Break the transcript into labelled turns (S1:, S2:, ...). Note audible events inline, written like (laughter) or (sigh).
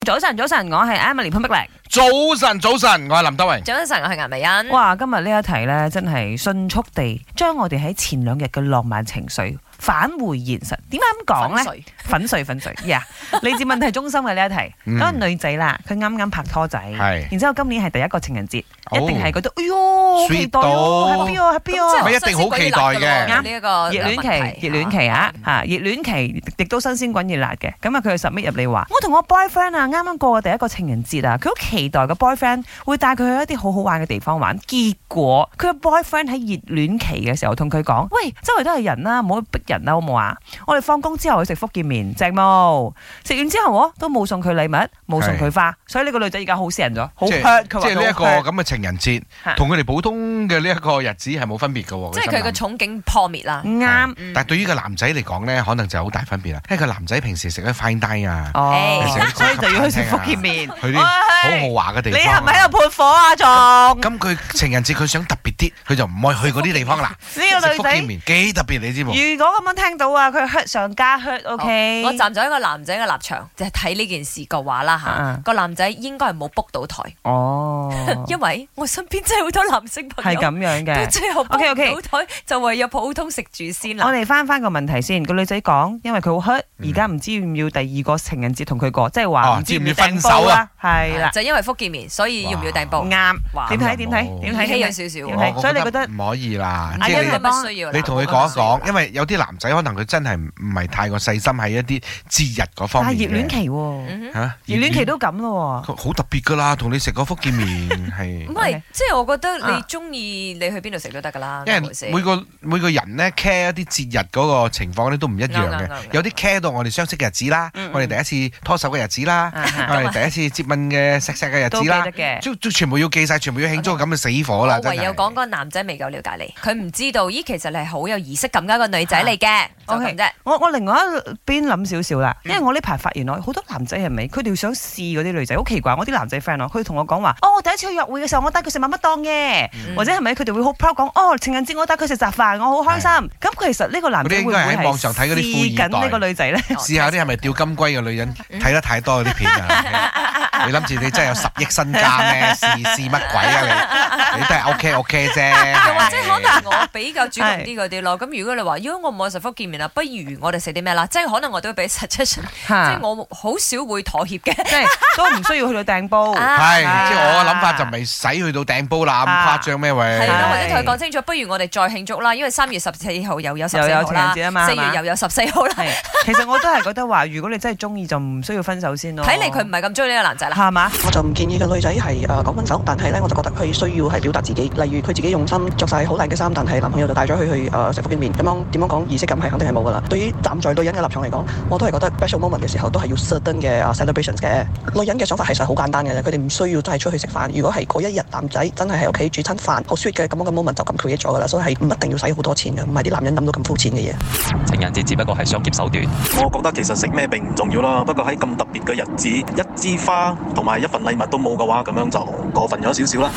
S1: 早晨，早晨，我係 Emily 潘碧玲。
S2: 早晨，早晨，我係林德榮。
S3: 早晨，我係顏美欣。
S1: 哇，今日呢一題呢，真係迅速地將我哋喺前兩日嘅浪漫情緒返回現實。點解咁講呢？
S3: 水
S1: 粉碎粉碎 (laughs) 呀！嚟自問題中心嘅呢一題，
S2: 嗯
S1: 嗰個女仔啦，佢啱啱拍拖仔，
S2: 係
S1: 然之後今年係第一個情人節，
S2: 哦
S1: 一定係覺得哎喲，好期待哦
S2: Sweet 到
S1: ，happy 哦，happy 哦
S2: 係。咪一定好期待嘅
S3: 啱呢一個
S1: 熱戀期，熱戀期啊，嚇熱戀期亦都新鮮滾熱辣嘅。咁啊，佢 submit 入嚟話：我同我 boyfriend 啊，啱啱過第一個情人節啊，佢好期待個 boyfriend 會帶佢去一啲好好玩嘅地方玩。結果佢個 boyfriend 喺熱戀期嘅時候同佢講：喂，周圍都係人啦、唔好逼人啦，好唔好啊？我哋放工之後去食福建麵，正冇。食完之後我都冇送佢禮物，冇送佢花，所以呢個女仔而家好死人咗，好
S2: 即係
S1: hurt 佢話
S2: 即係呢一
S1: 佢
S2: 個
S1: 好 hurt
S2: 咁嘅情人節
S1: 嚇，
S2: 同佢哋普通嘅呢一個日子係冇分別嘅喎。
S3: 即係佢
S2: 心
S3: 嘅
S2: 諗
S3: 憧憬破滅啦。
S1: 啱。
S3: 嗯
S2: 但係對於個男仔嚟講咧，可能就好大分別啦。因為個男仔平時食得 fine dine 啊，
S1: 哦，
S3: 誒
S1: 所以就要去食福建麵。
S2: 去啲好
S1: 喂
S2: 豪華嘅地
S1: 你
S2: 方
S1: 係
S2: 啊。
S1: 咪喺度潑火啊？仲
S2: 咁佢情人節佢想特別啲，佢就唔可以去嗰啲地方啦。
S1: (laughs) 呢個
S2: 食
S1: 女
S2: 福建
S1: 仔，
S2: 麵幾特別，你知冇？
S1: 如果咁樣聽到啊，佢 hurt 上加 hurt，OK。
S3: 我站咗一個男仔嘅立場，就係睇呢件事嘅話啦
S1: 啊
S3: 嚇，個男仔應該係冇 book 到台， (laughs)
S1: 哦，
S3: 因為我身邊真係好多男性朋
S1: 係
S3: 友，
S1: 咁樣
S3: 到
S1: 嘅。
S3: 最後 book
S1: OK，OK
S3: 唔到台就唯有普通食住先
S1: 我
S3: 啦。啊
S1: 哋翻翻個問題先，個女仔講，因為佢好 hurt，而家唔知要唔要第二個情人節同佢過，即係話
S2: 哦
S1: 唔知
S2: 知唔知
S1: 要訂
S2: 分手啊
S1: 煲啦，係啦，
S3: 就因為福建面，所以要唔要訂報？
S1: 啱。
S3: 哇
S1: 點睇？點睇？
S2: 咁
S1: 點睇？
S3: 欺
S1: 點
S3: 有
S1: 睇？
S3: 少少
S1: 點
S3: 喎，
S1: 睇
S2: 我
S1: 所以你覺得
S2: 唔可以啦，
S1: 阿
S2: 即
S3: 阿
S2: 係
S1: 欣覺
S2: 你
S3: 欣覺
S1: 得
S3: 得需要啦
S2: 你同佢講一講，因為有啲男仔可能佢真係唔係太過細心喺一啲節日嗰
S1: 但
S2: 方面
S1: 係
S2: 嘅
S1: 熱戀期喎，
S3: 嗯哼
S2: 嚇
S1: 熱戀期都咁咯喎。
S2: 好特別噶啦，同你食個福建
S3: (laughs)
S2: 麵係
S3: 唔，
S1: OK
S3: 係，即係我覺得你
S1: 啊
S3: 中意你去邊度食都得㗎啦，
S2: 因
S3: 係咪
S2: 為
S3: 先
S2: 每個每個人咧 care 一啲節日嗰個情況咧都唔一樣
S3: 啱啱
S2: 嘅
S3: 啱，
S2: 有啲 care 到我哋相識嘅日子啦
S1: 嗯嗯，
S2: 我哋第一次拖手嘅日子啦，
S1: 啊
S2: 我
S1: 哈
S2: 哋第一次接吻嘅錫錫嘅日
S1: 都
S2: 子
S1: 記
S2: 啦
S1: 得，嘅。
S2: 即即全部要記晒，全部要慶祝咁嘅死火啦，
S3: 我
S2: 真
S3: 唯有
S2: 係。
S3: 講個男仔未夠了解你，佢唔知道，咦，其實你係好有儀式感嘅一個女
S1: 啊
S3: 仔嚟嘅，就
S1: OK
S3: 咁啫。
S1: 我我另外一邊諗少少
S3: 嗯
S1: 啦，因為我呢排發現我好多男仔係咪佢哋想試嗰啲女仔，好奇怪。我啲男仔 friend 咯，佢同我講話，哦，我第一次去約會嘅時候，我帶佢食乜乜檔嘅，
S3: 嗯
S1: 或者係咪佢哋會好 proud 講，哦，情人節我帶佢食雜飯，我好開心。咁其實呢個男仔會唔會
S2: 嗰啲應該係喺網上睇嗰啲富
S1: 試
S2: 二代
S1: 緊呢個女仔咧？ (laughs)
S3: 哦
S2: 試下啲係咪釣金龜嘅女人
S3: 嗯
S2: 睇得太多嗰啲片
S3: (laughs)
S2: 啊！你諗住你真係有十億身家咩？試試乜鬼啊你？你都係 OK OK
S3: (laughs) 又或者可
S2: 啫。
S3: 能我比較主
S1: (laughs)
S3: 動啲嗰啲咯，咁如果你話，如果我冇食福建面啊啦，不如我哋食啲咩啦？即係可能我都會
S1: (laughs)
S3: 俾 suggestion，即係我好少會妥協嘅。
S1: 即係都唔需要去到訂煲。
S3: 啊
S2: 係，
S1: 啊
S2: 即係我嘅諗法就未使去到頂煲啦，
S1: 啊
S2: 咁誇張咩
S3: 係
S2: 喂？
S3: 咯，或者同佢講清楚，不如我哋再慶祝啦，因為三月十四號又有十
S1: 又
S3: 四
S1: 有
S3: 號
S1: 情人
S3: 啦，
S1: 節啊嘛
S3: 四
S1: 係嘛
S3: 月又有十四號啦，
S1: 係，其實我都係覺得話，如果你真係中意，就唔需要分手先咯。
S3: 睇嚟佢唔係咁中意呢個男仔啦。
S1: 係嘛？
S4: 我就唔建議個女仔係誒啊講分手，但係咧我就覺得佢需要係表達自己，例如佢自己用心着晒好靚嘅衫，但係男朋友就帶咗佢去誒食福建麵，咁樣點樣講儀式感係肯定係冇噶啦。對於站在女人嘅立場嚟講，我都係覺得 special moment 嘅時候都係要 certain 嘅啊 celebrations 嘅。女人嘅想法其實好簡單嘅啫，佢哋唔需要真係出去食飯。如果係嗰一日男仔真係喺屋企煮餐飯，好 sweet 嘅咁樣嘅 moment 就咁 create 咗噶啦，所以係唔一定要使好多錢嘅，唔係啲男人諗到咁膚淺嘅嘢。
S5: 情人節只不過係商業手段。
S6: 我覺得其實食咩並唔重要啦，不過喺咁特別嘅日子，一枝花同埋一份禮物都冇嘅話，咁樣就過分咗少少啦。